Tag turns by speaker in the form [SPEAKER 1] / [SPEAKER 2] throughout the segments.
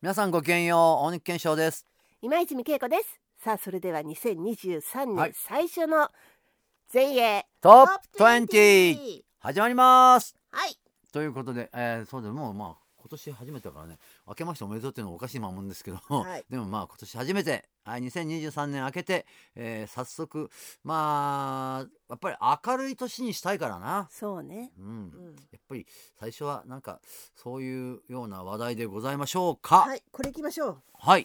[SPEAKER 1] 皆さんごきげんよう大西健翔です
[SPEAKER 2] 今泉恵子ですさあそれでは2023
[SPEAKER 1] は
[SPEAKER 2] 年
[SPEAKER 1] い
[SPEAKER 2] 最初の全英、
[SPEAKER 1] トップ20始まります
[SPEAKER 2] はい
[SPEAKER 1] ということで、えー、そうですもうまあ今年初めてだからね明けましておめでとうっていうのはおかしいまもんですけど、
[SPEAKER 2] はい
[SPEAKER 1] でもまあ今年初めてはい2023年明けて、えー、早速まあやっぱり明るい年にしたいからな
[SPEAKER 2] そうね、
[SPEAKER 1] うん
[SPEAKER 2] うん、
[SPEAKER 1] やっぱり最初はなんかそういうような話題でございましょうかは、
[SPEAKER 2] はいいこれいきましょう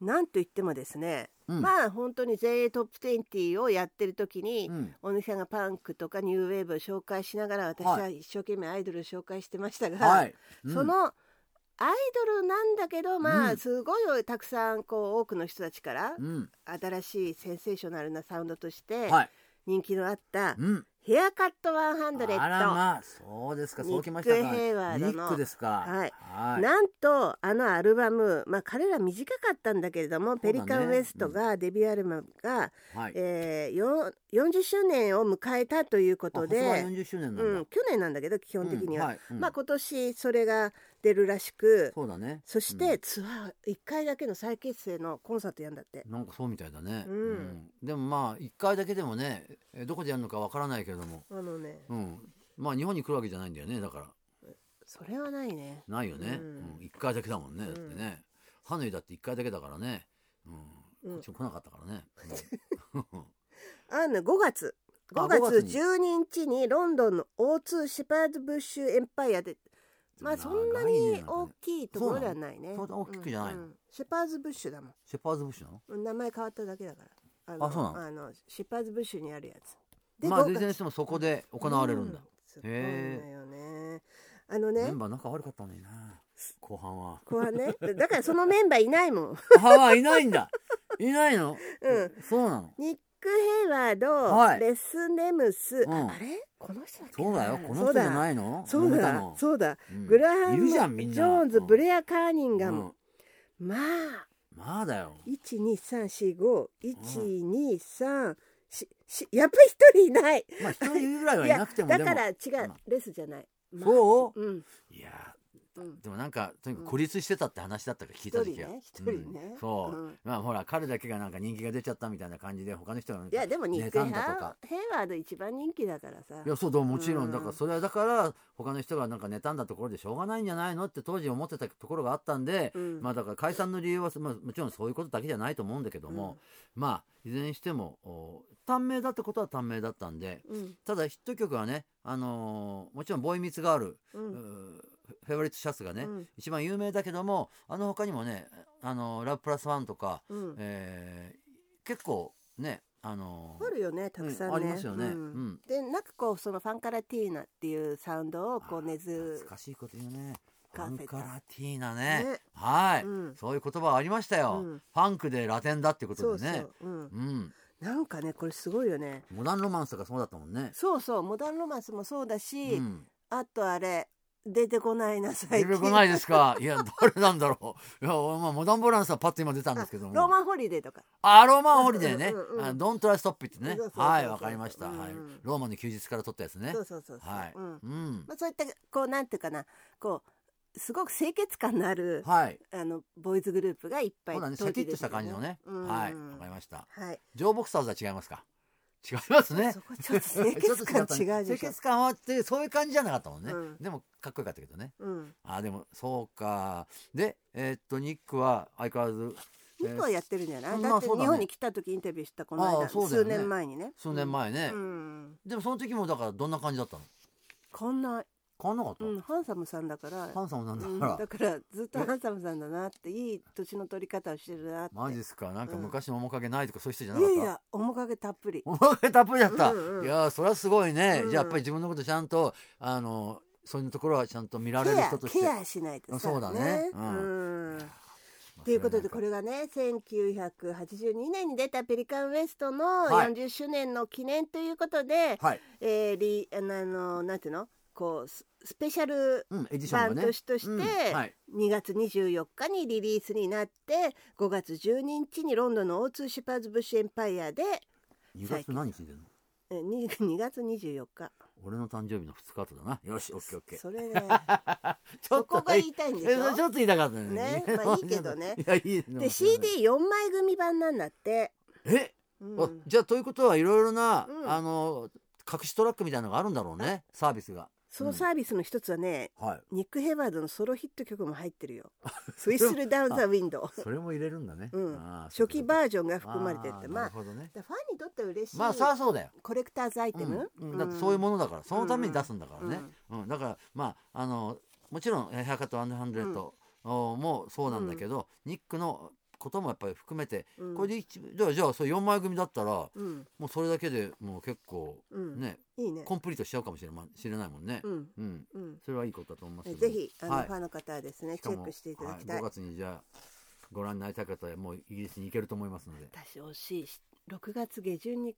[SPEAKER 2] なんと言ってもですね、
[SPEAKER 1] うん
[SPEAKER 2] まあ本当に全英トップ20をやってる時に、
[SPEAKER 1] うん
[SPEAKER 2] お主さんがパンクとかニューウェーブを紹介しながら私はは一生懸命アイドルを紹介してましたが、
[SPEAKER 1] はい、うん
[SPEAKER 2] そのアイドルなんだけどま
[SPEAKER 1] う
[SPEAKER 2] あ
[SPEAKER 1] ん
[SPEAKER 2] すごいたくさんこう多くの人たちから
[SPEAKER 1] うん
[SPEAKER 2] 新しいセンセーショナルなサウンドとして
[SPEAKER 1] はい
[SPEAKER 2] 人気のあった
[SPEAKER 1] うん
[SPEAKER 2] ヘアカットワンハンドレッド、
[SPEAKER 1] あらまあそうですかそうきましたか
[SPEAKER 2] ニックヘイワードの
[SPEAKER 1] ニックですか
[SPEAKER 2] はい
[SPEAKER 1] はい
[SPEAKER 2] なんとあのアルバムまあ彼ら短かったんだけれども、
[SPEAKER 1] そ
[SPEAKER 2] ペ
[SPEAKER 1] うだ
[SPEAKER 2] リ
[SPEAKER 1] ね
[SPEAKER 2] カンウエストがデビューアルバムが、
[SPEAKER 1] はい
[SPEAKER 2] えー、よ40周年を迎えたということ
[SPEAKER 1] あ細
[SPEAKER 2] で、
[SPEAKER 1] 川40周年なんだ、
[SPEAKER 2] うん、去年なんだけど基本的には、
[SPEAKER 1] うんいうん
[SPEAKER 2] まあ今年それが出るらしく
[SPEAKER 1] そうだね
[SPEAKER 2] そして、ツアー1回だけの再結成のコンサートやんだって
[SPEAKER 1] うん、なんかそうみたいだね、
[SPEAKER 2] うん
[SPEAKER 1] でもまあ一回だけでもねえどこでやるのかわからないけれども
[SPEAKER 2] あのね
[SPEAKER 1] うんまあ日本に来るわけじゃないんだよねだから
[SPEAKER 2] それはないね
[SPEAKER 1] ないよね、
[SPEAKER 2] う
[SPEAKER 1] うんん一回だけだもんね
[SPEAKER 2] う
[SPEAKER 1] だ
[SPEAKER 2] ん
[SPEAKER 1] ってね、ハノイだって一回だけだからね、うん
[SPEAKER 2] うん
[SPEAKER 1] こっちも来なかったからね、 うん
[SPEAKER 2] あのね5月
[SPEAKER 1] あ
[SPEAKER 2] 5月
[SPEAKER 1] 5月に
[SPEAKER 2] 12日にロンドンの O2 シェパーズ・ブッシュ・エンパイアでまあそんな
[SPEAKER 1] 長い
[SPEAKER 2] に
[SPEAKER 1] ね
[SPEAKER 2] 大きいところではないね
[SPEAKER 1] そうなのそんな大きくじゃないの
[SPEAKER 2] うんシェパーズ・ブッシュだも
[SPEAKER 1] シェパーズブッシュなの
[SPEAKER 2] ん名前変わっただけだからあの
[SPEAKER 1] あそうなの
[SPEAKER 2] あのシェパーズ・ブッシュにあるやつ
[SPEAKER 1] まあ
[SPEAKER 2] 5
[SPEAKER 1] い
[SPEAKER 2] 月
[SPEAKER 1] ずれにしてもそこで行われるんだ
[SPEAKER 2] う、すごいのよねあの
[SPEAKER 1] メ
[SPEAKER 2] ね
[SPEAKER 1] ンバー仲悪かったのにな後半は
[SPEAKER 2] こはねだからそのメンバーい ないもん
[SPEAKER 1] ああいないんだいないの、
[SPEAKER 2] う
[SPEAKER 1] そうなの
[SPEAKER 2] ニック・ヘイワード、
[SPEAKER 1] はい
[SPEAKER 2] レス・ネムス、
[SPEAKER 1] うん
[SPEAKER 2] ああれこの人だっけ
[SPEAKER 1] そうだよこの人じゃないの
[SPEAKER 2] そう
[SPEAKER 1] あなた
[SPEAKER 2] だ
[SPEAKER 1] の
[SPEAKER 2] そうだ
[SPEAKER 1] うん
[SPEAKER 2] グラハ
[SPEAKER 1] い
[SPEAKER 2] ム・
[SPEAKER 1] る
[SPEAKER 2] ジ
[SPEAKER 1] じ
[SPEAKER 2] ョ
[SPEAKER 1] ゃんみんな
[SPEAKER 2] ーンズ、ブレア・カーニン
[SPEAKER 1] ア
[SPEAKER 2] ガム、まあ
[SPEAKER 1] まあだよ
[SPEAKER 2] 一二三四五一二三ししやっぱり一人いない。
[SPEAKER 1] まあ一人ぐらいはい
[SPEAKER 2] や
[SPEAKER 1] なくても
[SPEAKER 2] だ
[SPEAKER 1] で
[SPEAKER 2] か
[SPEAKER 1] も
[SPEAKER 2] ら違う
[SPEAKER 1] まあ
[SPEAKER 2] レスじゃない。まあ
[SPEAKER 1] そう
[SPEAKER 2] うん
[SPEAKER 1] いや
[SPEAKER 2] うん
[SPEAKER 1] でもなんかとにかく孤立してたって話だったから聞い
[SPEAKER 2] 一
[SPEAKER 1] た
[SPEAKER 2] 人
[SPEAKER 1] 時は
[SPEAKER 2] ね一人ね。
[SPEAKER 1] そう、
[SPEAKER 2] ん
[SPEAKER 1] まあほら彼だけがなんか人気が出ちゃったみたいな感じで他の人がなん
[SPEAKER 2] い
[SPEAKER 1] か
[SPEAKER 2] やでもニック
[SPEAKER 1] 妬んだと
[SPEAKER 2] ハ
[SPEAKER 1] か
[SPEAKER 2] ンヘイワード一番人気だからさ
[SPEAKER 1] い。やそうだもちろ
[SPEAKER 2] うん
[SPEAKER 1] んだからそれはだから他の人がなんか妬んだところでしょうがないんじゃないのって当時思ってたところがあったんで、
[SPEAKER 2] うん
[SPEAKER 1] まあだから解散の理由は、まあ、もちろんそういうことだけじゃないと思うんだけども、まあいずれにしてもお短命だってことは短命だったんで
[SPEAKER 2] うん
[SPEAKER 1] ただヒット曲はね、あのーもちろん「ボーイミーツガール」
[SPEAKER 2] うん
[SPEAKER 1] うーフェイバリットシャツ」がね、
[SPEAKER 2] うん
[SPEAKER 1] 一番有名だけどもあの他にもね「あのーラブプラスワンとか、
[SPEAKER 2] うん
[SPEAKER 1] えー結構ねあのー
[SPEAKER 2] あるよねたくさんね。
[SPEAKER 1] うんありますよね
[SPEAKER 2] う
[SPEAKER 1] うん
[SPEAKER 2] んでなんかこうそのファンカラティーナっていうサウンドをこう根
[SPEAKER 1] 懐
[SPEAKER 2] 付
[SPEAKER 1] かしいこと言うねフ
[SPEAKER 2] カ
[SPEAKER 1] ァ
[SPEAKER 2] フェ
[SPEAKER 1] ン
[SPEAKER 2] だ
[SPEAKER 1] カラティーナね
[SPEAKER 2] ね
[SPEAKER 1] はい、
[SPEAKER 2] うん
[SPEAKER 1] そういう言葉ありましたよ、
[SPEAKER 2] うん
[SPEAKER 1] ファンクでラテンだってこと
[SPEAKER 2] そう
[SPEAKER 1] で
[SPEAKER 2] そ
[SPEAKER 1] ね
[SPEAKER 2] う。うん
[SPEAKER 1] うん
[SPEAKER 2] なんかねこれすごいよね。
[SPEAKER 1] モダンロマンスとかそうだったもんね、
[SPEAKER 2] そうそうモダンロマンスもそうだ
[SPEAKER 1] う
[SPEAKER 2] し、
[SPEAKER 1] ん、
[SPEAKER 2] あとあれ出てこないな最
[SPEAKER 1] 出
[SPEAKER 2] 近
[SPEAKER 1] てこないですかいや誰なんだろういや、まあ、モダンボランスはパッと今出たんですけども
[SPEAKER 2] ローマンホリデーとか
[SPEAKER 1] あローマンホリデーね
[SPEAKER 2] うんうんうん
[SPEAKER 1] あドントラストップってね
[SPEAKER 2] そうそうそう
[SPEAKER 1] はいわかりました、
[SPEAKER 2] うんうん
[SPEAKER 1] はいローマの休日から撮ったやつね
[SPEAKER 2] そうそうそうそう、
[SPEAKER 1] はい、
[SPEAKER 2] う
[SPEAKER 1] うんん
[SPEAKER 2] まあ、そういったこうなんていうかなこうすごく清潔感のある、
[SPEAKER 1] はい
[SPEAKER 2] あのボーイズグループがいっぱい
[SPEAKER 1] そうだねシ
[SPEAKER 2] 当
[SPEAKER 1] ャキ
[SPEAKER 2] 時
[SPEAKER 1] ッとした感じのね、
[SPEAKER 2] 出てるね
[SPEAKER 1] はい
[SPEAKER 2] うん
[SPEAKER 1] わかりました
[SPEAKER 2] はい
[SPEAKER 1] ジョーボクサーズは違いますか違いますね
[SPEAKER 2] そこちょっと清 潔感違うでし
[SPEAKER 1] 清
[SPEAKER 2] ょ
[SPEAKER 1] 潔感はってそういう感じじゃなかったもんね、
[SPEAKER 2] うん
[SPEAKER 1] でもかっこよかったけどね
[SPEAKER 2] うん
[SPEAKER 1] あでもそうかでえーっとニックは相変わらず、え
[SPEAKER 2] ニ
[SPEAKER 1] ー
[SPEAKER 2] コはやってるんじゃない、
[SPEAKER 1] うん
[SPEAKER 2] だ
[SPEAKER 1] ま
[SPEAKER 2] っ
[SPEAKER 1] あ
[SPEAKER 2] て
[SPEAKER 1] そうだね
[SPEAKER 2] 日本に来た時インタビューしたこの間、
[SPEAKER 1] ああそうだ
[SPEAKER 2] 数
[SPEAKER 1] よね
[SPEAKER 2] 年前にね
[SPEAKER 1] 数年前ね、
[SPEAKER 2] うん、うん、
[SPEAKER 1] でもその時もだからどんな感じだったの
[SPEAKER 2] こんな、
[SPEAKER 1] 変わんなかった、
[SPEAKER 2] うん、ハンサムさんだから
[SPEAKER 1] ハンサムなんだ
[SPEAKER 2] うん
[SPEAKER 1] から、
[SPEAKER 2] だからずっと
[SPEAKER 1] え
[SPEAKER 2] ハンサムさんだなっていい年の取り方をしてるなって
[SPEAKER 1] マジっすかなんか昔の面影ないとかそういう人じゃないかっ
[SPEAKER 2] や
[SPEAKER 1] た、
[SPEAKER 2] いや面影たっぷり
[SPEAKER 1] 面影たっぷりだった、
[SPEAKER 2] うんうん
[SPEAKER 1] いやーそれはすごいね、
[SPEAKER 2] うん
[SPEAKER 1] じゃあやっぱり自分のことちゃんとあのそういうところはちゃんと見られる
[SPEAKER 2] ケア
[SPEAKER 1] 人として
[SPEAKER 2] ケアしないとさ
[SPEAKER 1] そうだね
[SPEAKER 2] う
[SPEAKER 1] うん
[SPEAKER 2] んということでこれがね1982年に出た「ペリカンウエスト」の
[SPEAKER 1] はい
[SPEAKER 2] 40周年の記念ということで、
[SPEAKER 1] はい、
[SPEAKER 2] えーリあのあのなんていうのこうススペシャル
[SPEAKER 1] うん、エディションが
[SPEAKER 2] 版
[SPEAKER 1] ね
[SPEAKER 2] としとして、
[SPEAKER 1] うんはい、
[SPEAKER 2] 2月24日にリリースになって5月12日にロンドンの O2 シュパーズ・ブッシュ・エンパイアで
[SPEAKER 1] 2月何日に出るの
[SPEAKER 2] えーに 2, 月24日
[SPEAKER 1] 俺の誕生日の2日後だな。よし、オッケーオッケー。
[SPEAKER 2] そ れね
[SPEAKER 1] ち
[SPEAKER 2] そこが言いたいん
[SPEAKER 1] え
[SPEAKER 2] でしょ
[SPEAKER 1] ちょっと言いたかったね。
[SPEAKER 2] ねまあいいけどね
[SPEAKER 1] いや、いいの
[SPEAKER 2] で CD4 枚組版なんだって、
[SPEAKER 1] え、
[SPEAKER 2] うん
[SPEAKER 1] あじゃあ、ということはいろいろな、
[SPEAKER 2] うん
[SPEAKER 1] あの、隠しトラックみたいなのがあるんだろうね。サービスが。
[SPEAKER 2] そのサービスの一つはね、
[SPEAKER 1] はい。
[SPEAKER 2] ニック・ヘバードのソロヒット曲も入って るよ「ウィッスル・ダウン・ザ・ウィンド ウ
[SPEAKER 1] それも入れるんだね。
[SPEAKER 2] うん
[SPEAKER 1] あ」ー
[SPEAKER 2] 初期バージョンが含まれて
[SPEAKER 1] あ
[SPEAKER 2] て
[SPEAKER 1] ー
[SPEAKER 2] ま
[SPEAKER 1] な
[SPEAKER 2] あ
[SPEAKER 1] るほどね。
[SPEAKER 2] ファンにとっては嬉しい、
[SPEAKER 1] まあ、さあそうだよ。
[SPEAKER 2] コレクターズアイテム、
[SPEAKER 1] うんうんだってそういうも
[SPEAKER 2] の
[SPEAKER 1] のだから、そのために出すんだからね。
[SPEAKER 2] うん
[SPEAKER 1] うん、だからまああのもちろん「100と100」もそうなんだけど、ニックのこともやっぱり含めて、
[SPEAKER 2] うん
[SPEAKER 1] これで一じゃあじゃあそれ4枚組だったらも
[SPEAKER 2] うん
[SPEAKER 1] うそれだけでもう結構
[SPEAKER 2] うん
[SPEAKER 1] ね、
[SPEAKER 2] いいね
[SPEAKER 1] コンプリートしちゃうかもしれ,、ま、しれないもんね。
[SPEAKER 2] うん
[SPEAKER 1] うん
[SPEAKER 2] うん
[SPEAKER 1] それはいいことだと思いますけ
[SPEAKER 2] え
[SPEAKER 1] ど
[SPEAKER 2] ぜひあの、
[SPEAKER 1] はい
[SPEAKER 2] ファンの方はですね
[SPEAKER 1] し
[SPEAKER 2] チ
[SPEAKER 1] か
[SPEAKER 2] ェ
[SPEAKER 1] も
[SPEAKER 2] ックしていただきた、
[SPEAKER 1] はい5月にじゃあご覧になりたい方はもうイギリスに行けると思いますので
[SPEAKER 2] 私惜しいし6月下旬に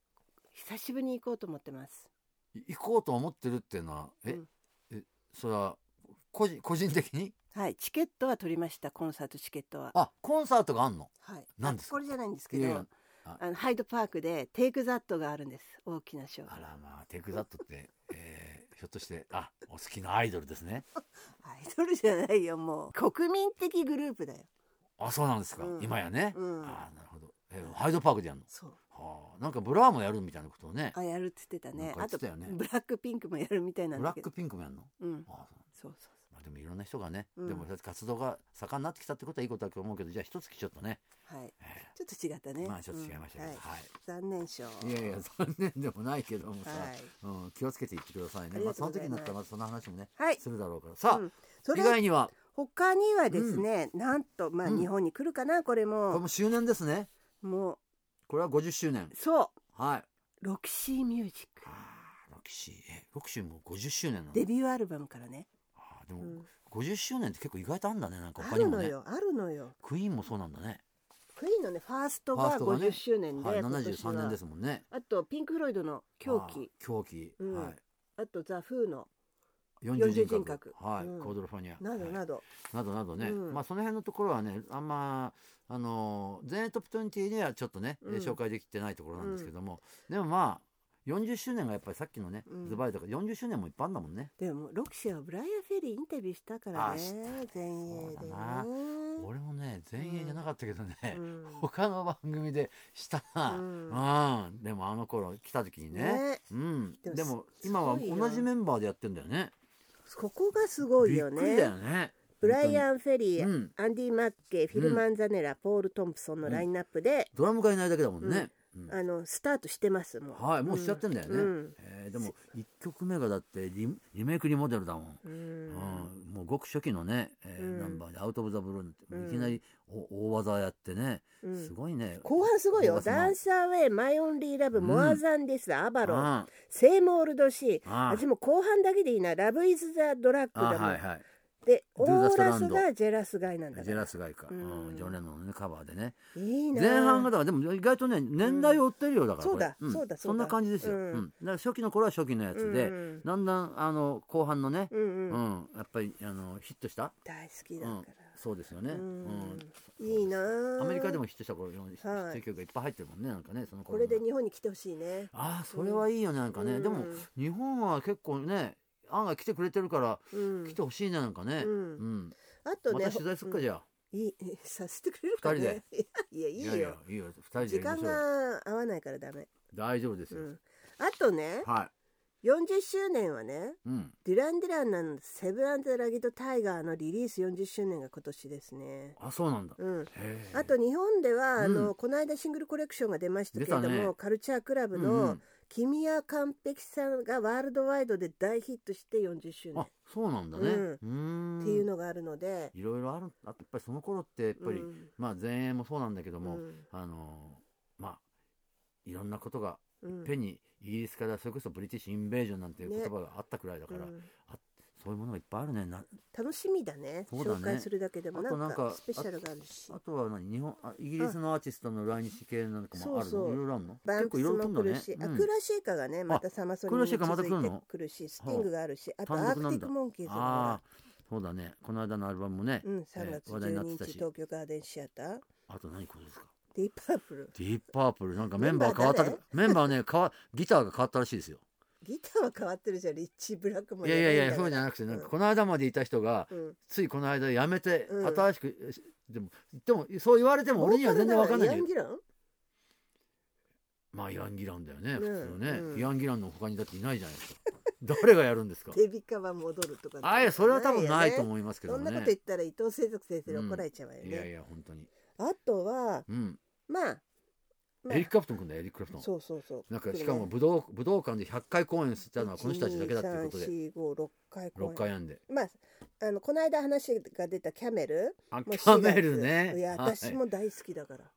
[SPEAKER 2] 久しぶりに行こうと思ってます
[SPEAKER 1] い行こうと思ってるっていうのはえ,、
[SPEAKER 2] うん
[SPEAKER 1] えそれは個人個人的に
[SPEAKER 2] はいチケットは取りましたコンサートチケットは
[SPEAKER 1] あコンサートがあんの
[SPEAKER 2] はい
[SPEAKER 1] 何ですか
[SPEAKER 2] あこれじゃないんですけど
[SPEAKER 1] いやいやあ
[SPEAKER 2] あのハイドパークでテイクザットがあるんです大きなショー
[SPEAKER 1] あらまあテイクザットって、えーひょっとしてあお好きなアイドルですね
[SPEAKER 2] アイドルじゃない よもう国民的グループだよ
[SPEAKER 1] あそうなんですか、
[SPEAKER 2] うん
[SPEAKER 1] 今やね、
[SPEAKER 2] うん
[SPEAKER 1] あなるほど、えーハイドパークでやるの
[SPEAKER 2] そう
[SPEAKER 1] はあなんかブラーもやるみたいなことをね
[SPEAKER 2] あやるっつってた
[SPEAKER 1] な
[SPEAKER 2] ね
[SPEAKER 1] んか言っ
[SPEAKER 2] あ
[SPEAKER 1] て
[SPEAKER 2] と
[SPEAKER 1] たよね
[SPEAKER 2] ブラックピンクもやるみたいな
[SPEAKER 1] ブ
[SPEAKER 2] ん
[SPEAKER 1] ラ
[SPEAKER 2] だ
[SPEAKER 1] ッ
[SPEAKER 2] け
[SPEAKER 1] ク
[SPEAKER 2] ど
[SPEAKER 1] ピンクもやるの
[SPEAKER 2] うん
[SPEAKER 1] あそう
[SPEAKER 2] そうそう
[SPEAKER 1] まあ、でもいろんな人がね、
[SPEAKER 2] うん
[SPEAKER 1] でも活動が盛んになってきたってことはいいことだと思うけどじゃあ一月ちょっとね、
[SPEAKER 2] そうはい
[SPEAKER 1] え
[SPEAKER 2] ちょっと違ったね
[SPEAKER 1] ーまあちょっと違いましたけど、
[SPEAKER 2] うんはい
[SPEAKER 1] はい、
[SPEAKER 2] 残念賞はい
[SPEAKER 1] やいや残念でもないけどもさ、
[SPEAKER 2] い
[SPEAKER 1] うん、気をつけていってください
[SPEAKER 2] あ
[SPEAKER 1] ねま
[SPEAKER 2] りが
[SPEAKER 1] あ
[SPEAKER 2] と
[SPEAKER 1] そうの
[SPEAKER 2] ござ
[SPEAKER 1] 時に
[SPEAKER 2] い
[SPEAKER 1] なっ
[SPEAKER 2] ます
[SPEAKER 1] たらまたその話もね
[SPEAKER 2] はい
[SPEAKER 1] するだろうからさあ、
[SPEAKER 2] うんそ
[SPEAKER 1] 意
[SPEAKER 2] れ
[SPEAKER 1] 外には
[SPEAKER 2] 他にはですね、なんとまあ
[SPEAKER 1] うん
[SPEAKER 2] 日本に来るかな、これ
[SPEAKER 1] これ
[SPEAKER 2] も
[SPEAKER 1] も周年ですね
[SPEAKER 2] も
[SPEAKER 1] これは50周年
[SPEAKER 2] うそ
[SPEAKER 1] はい。
[SPEAKER 2] うロキシーミュージック
[SPEAKER 1] あーロキシー、え、ロキシーも50周年なの。
[SPEAKER 2] デビューアルバムからね、
[SPEAKER 1] あーで
[SPEAKER 2] う
[SPEAKER 1] も
[SPEAKER 2] ん
[SPEAKER 1] 50周年って結構意外とあんだね、なんか
[SPEAKER 2] あ
[SPEAKER 1] 他に
[SPEAKER 2] る
[SPEAKER 1] も
[SPEAKER 2] の
[SPEAKER 1] ね。
[SPEAKER 2] よあるのよ
[SPEAKER 1] クイーンもそうなんだね。
[SPEAKER 2] クイーンのねファースト
[SPEAKER 1] ファー
[SPEAKER 2] が
[SPEAKER 1] ストがね
[SPEAKER 2] 50周年で、
[SPEAKER 1] はい、
[SPEAKER 2] 今
[SPEAKER 1] 73
[SPEAKER 2] 年は
[SPEAKER 1] 年ですもんね。
[SPEAKER 2] あとピンク・フロイドの「狂
[SPEAKER 1] あ
[SPEAKER 2] 気
[SPEAKER 1] ー。狂気、
[SPEAKER 2] うん
[SPEAKER 1] はい。」
[SPEAKER 2] あとザ・フーの
[SPEAKER 1] 40
[SPEAKER 2] 人
[SPEAKER 1] 人
[SPEAKER 2] 格
[SPEAKER 1] 格はい、
[SPEAKER 2] うん
[SPEAKER 1] コードルファニア
[SPEAKER 2] など
[SPEAKER 1] はい
[SPEAKER 2] など、
[SPEAKER 1] などなどね、
[SPEAKER 2] うん
[SPEAKER 1] まあその辺のところはねあんまあの全英トップ20にはちょっとね、えー
[SPEAKER 2] うん
[SPEAKER 1] 紹介できてないところなんですけども、でもまあ40周年がやっぱりさっきのね、
[SPEAKER 2] うん
[SPEAKER 1] ズバリとか40周年もいっぱいあんだもんね、
[SPEAKER 2] でもロキシーはブライアン・フェリーインタビューしたから
[SPEAKER 1] あ
[SPEAKER 2] ね
[SPEAKER 1] した
[SPEAKER 2] 全英
[SPEAKER 1] そ
[SPEAKER 2] で
[SPEAKER 1] う
[SPEAKER 2] ね
[SPEAKER 1] だな俺もね全英じゃなかったけどね、
[SPEAKER 2] うん
[SPEAKER 1] 他の番組でしたな、う
[SPEAKER 2] う
[SPEAKER 1] んんでもあの頃来た時にねうん
[SPEAKER 2] でも
[SPEAKER 1] でも今は
[SPEAKER 2] すごいな
[SPEAKER 1] 同じメンバーでやってんだよね
[SPEAKER 2] ここがすごいよ
[SPEAKER 1] びっくりだ
[SPEAKER 2] ね
[SPEAKER 1] よね
[SPEAKER 2] ブライ
[SPEAKER 1] ン
[SPEAKER 2] アン・フェリー、
[SPEAKER 1] うん
[SPEAKER 2] アンディ・マッケイフィル・マンザネラ、ポール・トンプソンのラインナップで、
[SPEAKER 1] ドラムがいないだけだもんね、うん
[SPEAKER 2] あのスタートしてますもう
[SPEAKER 1] はいもうしちゃってんだよね、
[SPEAKER 2] うん
[SPEAKER 1] えーでも1曲目がだってリリメイクリモデルだもん、
[SPEAKER 2] う
[SPEAKER 1] うん
[SPEAKER 2] ん
[SPEAKER 1] もうごく初期のね、えー
[SPEAKER 2] うん
[SPEAKER 1] ナンバーで「アウト・オブ・ザ・ブルー」って
[SPEAKER 2] うん
[SPEAKER 1] いきなりお大技やってね、
[SPEAKER 2] うん
[SPEAKER 1] すごいね
[SPEAKER 2] 後半すごいよ
[SPEAKER 1] 後半
[SPEAKER 2] ダンサーウェイマイオンリーラブ、
[SPEAKER 1] うん
[SPEAKER 2] モアザンディスアバロン
[SPEAKER 1] あ
[SPEAKER 2] セイムオールドシー
[SPEAKER 1] ああ
[SPEAKER 2] 私も後半だけでいいなラブイズザドラッグ
[SPEAKER 1] あ
[SPEAKER 2] だもん、
[SPEAKER 1] はいはい
[SPEAKER 2] で
[SPEAKER 1] ド
[SPEAKER 2] オ
[SPEAKER 1] ゥザ
[SPEAKER 2] ー
[SPEAKER 1] スト
[SPEAKER 2] ラ
[SPEAKER 1] ラ
[SPEAKER 2] ス
[SPEAKER 1] ンド
[SPEAKER 2] がジェラスガイなんだ
[SPEAKER 1] ジ
[SPEAKER 2] か
[SPEAKER 1] ェ
[SPEAKER 2] ら
[SPEAKER 1] ラスガイか、
[SPEAKER 2] う
[SPEAKER 1] うんんジョン・レノンの、ね、カバーでね
[SPEAKER 2] いいな
[SPEAKER 1] 前
[SPEAKER 2] あ
[SPEAKER 1] 半がだからでも意外とね年代を追ってるようだから、
[SPEAKER 2] う
[SPEAKER 1] こ
[SPEAKER 2] ん
[SPEAKER 1] れ
[SPEAKER 2] そうだそうだそうだ
[SPEAKER 1] んな感じですよ、
[SPEAKER 2] う
[SPEAKER 1] うんんだから初期の頃は初期のやつで、
[SPEAKER 2] うん
[SPEAKER 1] だんだんあの後半のね、
[SPEAKER 2] うんう
[SPEAKER 1] うんんやっぱりあのヒットした、
[SPEAKER 2] 大好き
[SPEAKER 1] う
[SPEAKER 2] だか
[SPEAKER 1] ん、そうですよね、
[SPEAKER 2] ら、う
[SPEAKER 1] うん
[SPEAKER 2] んいいなあ
[SPEAKER 1] アメリカでもヒットした頃ヒ
[SPEAKER 2] はい
[SPEAKER 1] ット曲がいっぱい入ってるもんねなんかねその
[SPEAKER 2] こ
[SPEAKER 1] 頃の
[SPEAKER 2] れで日本に来てほしいね
[SPEAKER 1] ああそれはいいよねなんかね、
[SPEAKER 2] うん
[SPEAKER 1] でも日本は結構ね案外来てくれてるから
[SPEAKER 2] うん
[SPEAKER 1] 来てほしいねなんかね、
[SPEAKER 2] う
[SPEAKER 1] うんん
[SPEAKER 2] あとね
[SPEAKER 1] また取材すっかじゃあ、
[SPEAKER 2] い いさせてくれるかね いやい
[SPEAKER 1] い
[SPEAKER 2] い
[SPEAKER 1] や
[SPEAKER 2] よ
[SPEAKER 1] いやいいよ二人で
[SPEAKER 2] 時
[SPEAKER 1] やりましょう
[SPEAKER 2] 間
[SPEAKER 1] よ
[SPEAKER 2] が合わないからダメ、
[SPEAKER 1] 大丈夫です
[SPEAKER 2] う
[SPEAKER 1] よ、
[SPEAKER 2] ん、あとね
[SPEAKER 1] はい
[SPEAKER 2] 40周年はね
[SPEAKER 1] うん
[SPEAKER 2] デュラン・デュランのセブンラギド・タイガーのリリース40周年が今年ですね。
[SPEAKER 1] あそうなんだ、
[SPEAKER 2] うん、
[SPEAKER 1] へえ
[SPEAKER 2] あと日本では、
[SPEAKER 1] うん
[SPEAKER 2] あのこの間シングルコレクションが出ましたけれど
[SPEAKER 1] 出
[SPEAKER 2] も、
[SPEAKER 1] たね
[SPEAKER 2] カルチャークラブ
[SPEAKER 1] うんう
[SPEAKER 2] の
[SPEAKER 1] ん
[SPEAKER 2] 「君は完璧さ」がワールドワイドで大ヒットして40周年
[SPEAKER 1] あ
[SPEAKER 2] っ
[SPEAKER 1] そうなんだね、
[SPEAKER 2] う
[SPEAKER 1] うんーん、
[SPEAKER 2] ていうのがあるので、
[SPEAKER 1] いろいろあるあとやっぱりその頃ってやっぱり、
[SPEAKER 2] うん
[SPEAKER 1] まあ前衛もそうなんだけども、
[SPEAKER 2] うん
[SPEAKER 1] あのーまあいろんなことが
[SPEAKER 2] うん
[SPEAKER 1] ペにイギリスからそれこそブリティッシュインベージョンなんていう
[SPEAKER 2] ね
[SPEAKER 1] 言葉があったくらいだから、
[SPEAKER 2] うん
[SPEAKER 1] そういうものがいっぱいあるねな
[SPEAKER 2] 楽しみだね
[SPEAKER 1] そうだね
[SPEAKER 2] 紹介するだけでも
[SPEAKER 1] あ
[SPEAKER 2] な
[SPEAKER 1] と
[SPEAKER 2] ん
[SPEAKER 1] なんか
[SPEAKER 2] かスペシャルがあるし
[SPEAKER 1] あとは何日本あイギリスのアーティストの来日系なんかもあるの
[SPEAKER 2] そうそう
[SPEAKER 1] いろいろあるの
[SPEAKER 2] バ
[SPEAKER 1] 結
[SPEAKER 2] ンク
[SPEAKER 1] 構
[SPEAKER 2] ス
[SPEAKER 1] いろいろ
[SPEAKER 2] も
[SPEAKER 1] 来んだ
[SPEAKER 2] 来る
[SPEAKER 1] ね
[SPEAKER 2] し、
[SPEAKER 1] う
[SPEAKER 2] あ
[SPEAKER 1] ん
[SPEAKER 2] クラシーカがねまたサマソニ
[SPEAKER 1] ク
[SPEAKER 2] に
[SPEAKER 1] ラシ
[SPEAKER 2] 続
[SPEAKER 1] ーカまた来るの
[SPEAKER 2] いてくるしスティングがあるしあと
[SPEAKER 1] 単
[SPEAKER 2] アー
[SPEAKER 1] 独
[SPEAKER 2] ク
[SPEAKER 1] なん
[SPEAKER 2] ティ
[SPEAKER 1] だ
[SPEAKER 2] ック・モンキーズと
[SPEAKER 1] あ
[SPEAKER 2] か
[SPEAKER 1] ーそうだねこの間のアルバムもね、
[SPEAKER 2] うん、3月
[SPEAKER 1] えー話題にな
[SPEAKER 2] 12
[SPEAKER 1] って
[SPEAKER 2] 日
[SPEAKER 1] たし
[SPEAKER 2] 東京ガーデンシアター
[SPEAKER 1] あと何これですか
[SPEAKER 2] ディープパープル
[SPEAKER 1] ディープパープルなんかメンバー変わった
[SPEAKER 2] メンバー
[SPEAKER 1] メンバーね変わギターが変わったらしいですよ
[SPEAKER 2] ギターは変わってるじゃんリッチー・ブラックも
[SPEAKER 1] いやいやいやそうじゃなくてなんか
[SPEAKER 2] うん
[SPEAKER 1] この間までいた人が
[SPEAKER 2] うん
[SPEAKER 1] ついこの間辞めて
[SPEAKER 2] うん
[SPEAKER 1] 新しく、でもでもそう言われても俺には全然わかんないんだ
[SPEAKER 2] ボーカルな
[SPEAKER 1] け
[SPEAKER 2] らヤ
[SPEAKER 1] ど
[SPEAKER 2] ンギラン
[SPEAKER 1] まあイアン・ギランだよ
[SPEAKER 2] ね
[SPEAKER 1] ね普通ね、
[SPEAKER 2] うん
[SPEAKER 1] イアン・ギランの他にだっていないじゃないですか 誰がやるん ですか
[SPEAKER 2] デビカは戻るとか
[SPEAKER 1] あいやそれは多分ないと
[SPEAKER 2] う
[SPEAKER 1] 思いますけど
[SPEAKER 2] そん
[SPEAKER 1] ね
[SPEAKER 2] なこと言ったら伊藤製作先生に怒られちゃうわよね、
[SPEAKER 1] いやいや本当に
[SPEAKER 2] あとは
[SPEAKER 1] うん、
[SPEAKER 2] まあ、まあ
[SPEAKER 1] エリック・クラプトン君だよエリック・クラプトン
[SPEAKER 2] そうそうそう
[SPEAKER 1] なんかしかも武道武道館で100回公演したのはこの人たちだけだっていうことで
[SPEAKER 2] 1,2,3,4,5,6回公演
[SPEAKER 1] 6回やんで
[SPEAKER 2] まああのこの間話が出たキャメル
[SPEAKER 1] あキ
[SPEAKER 2] もう
[SPEAKER 1] ャメルね
[SPEAKER 2] 4月いや
[SPEAKER 1] はい
[SPEAKER 2] 私も大好きだから、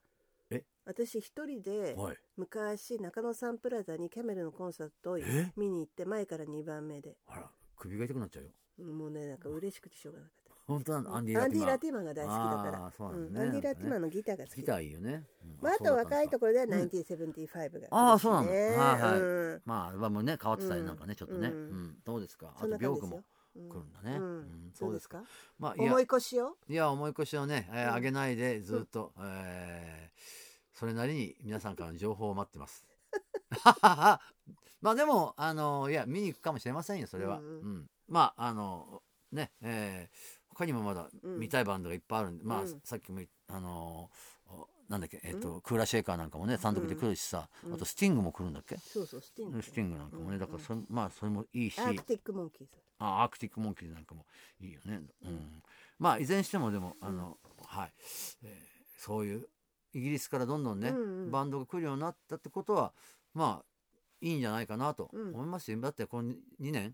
[SPEAKER 1] え
[SPEAKER 2] 私一人で
[SPEAKER 1] はい
[SPEAKER 2] 昔中野サンプラザにキャメルのコンサートを
[SPEAKER 1] え
[SPEAKER 2] 見に行って前から2番目で
[SPEAKER 1] あら首が痛くなっちゃうよ
[SPEAKER 2] もうねなんか嬉しくてしょうがなかった
[SPEAKER 1] 本当なんだアンディ・
[SPEAKER 2] ア
[SPEAKER 1] ラ
[SPEAKER 2] ン
[SPEAKER 1] テ
[SPEAKER 2] デ
[SPEAKER 1] ィ
[SPEAKER 2] ィ・
[SPEAKER 1] マー
[SPEAKER 2] ラティマンが大好きだから
[SPEAKER 1] あーそうなんだ
[SPEAKER 2] ア
[SPEAKER 1] ね
[SPEAKER 2] ンディ・ラティマンのギターが好き
[SPEAKER 1] ギターいいよね、うん
[SPEAKER 2] まあ、あと若いと
[SPEAKER 1] こ
[SPEAKER 2] ころでは1975が
[SPEAKER 1] あーそうなんだ
[SPEAKER 2] ね
[SPEAKER 1] はいはい
[SPEAKER 2] うん
[SPEAKER 1] まあアルバムね変わってたり
[SPEAKER 2] うん
[SPEAKER 1] なんかねちょっとね、う
[SPEAKER 2] うん
[SPEAKER 1] んどうですかあ
[SPEAKER 2] そ
[SPEAKER 1] と
[SPEAKER 2] ん
[SPEAKER 1] ビ
[SPEAKER 2] な
[SPEAKER 1] ョーク
[SPEAKER 2] 感じですよ
[SPEAKER 1] も
[SPEAKER 2] うん
[SPEAKER 1] 来るんだね、
[SPEAKER 2] う
[SPEAKER 1] うんんそ
[SPEAKER 2] そうう
[SPEAKER 1] で
[SPEAKER 2] ですす
[SPEAKER 1] か
[SPEAKER 2] か
[SPEAKER 1] まあいや
[SPEAKER 2] 思い越しを
[SPEAKER 1] いや思い越しをね、えー
[SPEAKER 2] うん
[SPEAKER 1] 上げないでずっと、えーそれなりに皆さんからの情報を待って ます。まあでもあのいや見に行くかもしれませんよそれは、
[SPEAKER 2] う
[SPEAKER 1] うんん
[SPEAKER 2] うん
[SPEAKER 1] まああのねえー他にもまだ
[SPEAKER 2] うん
[SPEAKER 1] 見たいバンドがいっぱいあるんで、まあ
[SPEAKER 2] うん
[SPEAKER 1] さっきも言っあのおなんだっけえっ、と、クーラーシェーカーなんかもね単独で来るしさ、
[SPEAKER 2] うん
[SPEAKER 1] あとスティングも来るんだっけ、
[SPEAKER 2] そうそうスティング
[SPEAKER 1] スティングなんかもねだからそれまあそれもいいし
[SPEAKER 2] アークティック・モンキーズ
[SPEAKER 1] あアークティックモンキーズなんかもいいよね、うんまあいずれにしてもでもあの、はい、えーそういうイギリスからどんどんね、
[SPEAKER 2] うんうん
[SPEAKER 1] バンドが来るようになったってことはまあいいんじゃないかなと
[SPEAKER 2] うん
[SPEAKER 1] 思いますよ、だってこの2年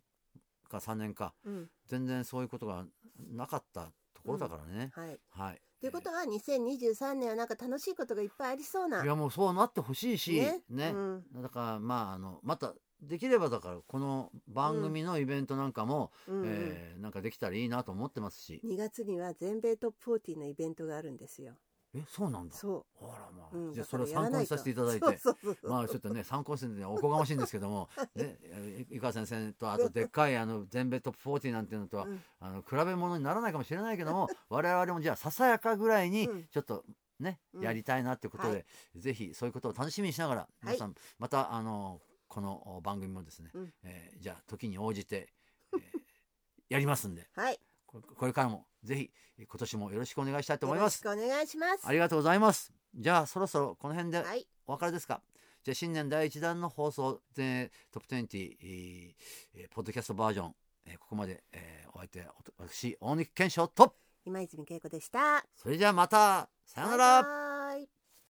[SPEAKER 1] か3年か
[SPEAKER 2] うん
[SPEAKER 1] 全然そういうことがなかったところだからね、
[SPEAKER 2] はい
[SPEAKER 1] はい。
[SPEAKER 2] ということは2023年はなんか楽しいことがいっぱいありそうない
[SPEAKER 1] やもうそうなってほしいしね
[SPEAKER 2] うん
[SPEAKER 1] だからまああのまたできればだからこの番組のイベントなんかも、
[SPEAKER 2] うんうん
[SPEAKER 1] えーなんかできたらいいなと思ってますし、
[SPEAKER 2] 2月には全米トップ40のイベントがあるんですよ
[SPEAKER 1] えそうなんだ
[SPEAKER 2] そ
[SPEAKER 1] あらまあ、
[SPEAKER 2] う、うん、
[SPEAKER 1] じゃあ
[SPEAKER 2] だ
[SPEAKER 1] そ
[SPEAKER 2] から
[SPEAKER 1] れを参
[SPEAKER 2] やら
[SPEAKER 1] 考
[SPEAKER 2] な
[SPEAKER 1] にさせていただいて
[SPEAKER 2] とそうそうそう
[SPEAKER 1] まあちょっとね参考にするのはおこがましいんですけど も、ね、え井川先生とあとでっかいあの全米トップ40なんていうのとは、
[SPEAKER 2] うん
[SPEAKER 1] あの比べ物にならないかもしれないけども我々もじゃあささやかぐらいに
[SPEAKER 2] うん
[SPEAKER 1] ちょっとね、
[SPEAKER 2] うん
[SPEAKER 1] やりたいなっていうことで、
[SPEAKER 2] は
[SPEAKER 1] ぜひそういうことを楽しみにしながら皆さん、またあのこの番組もですね、
[SPEAKER 2] うん
[SPEAKER 1] えーじゃあ時に応じて、えーやりますんで
[SPEAKER 2] はい
[SPEAKER 1] ここれからもぜひ今年もよろしくお願いしたいと思い
[SPEAKER 2] よろ
[SPEAKER 1] ま
[SPEAKER 2] し
[SPEAKER 1] す
[SPEAKER 2] く。お願いします
[SPEAKER 1] ありがとうございます。じゃあそろそろこの辺で
[SPEAKER 2] はい
[SPEAKER 1] お別れですか。じゃあ新年第1弾の放送全英トップ20、えーえーポッドキャストバージョン、えーここまで、えーお相手は私大貫健翔と
[SPEAKER 2] 今泉恵子でした
[SPEAKER 1] それじゃあまたさような
[SPEAKER 2] バ
[SPEAKER 1] ら
[SPEAKER 2] イバイ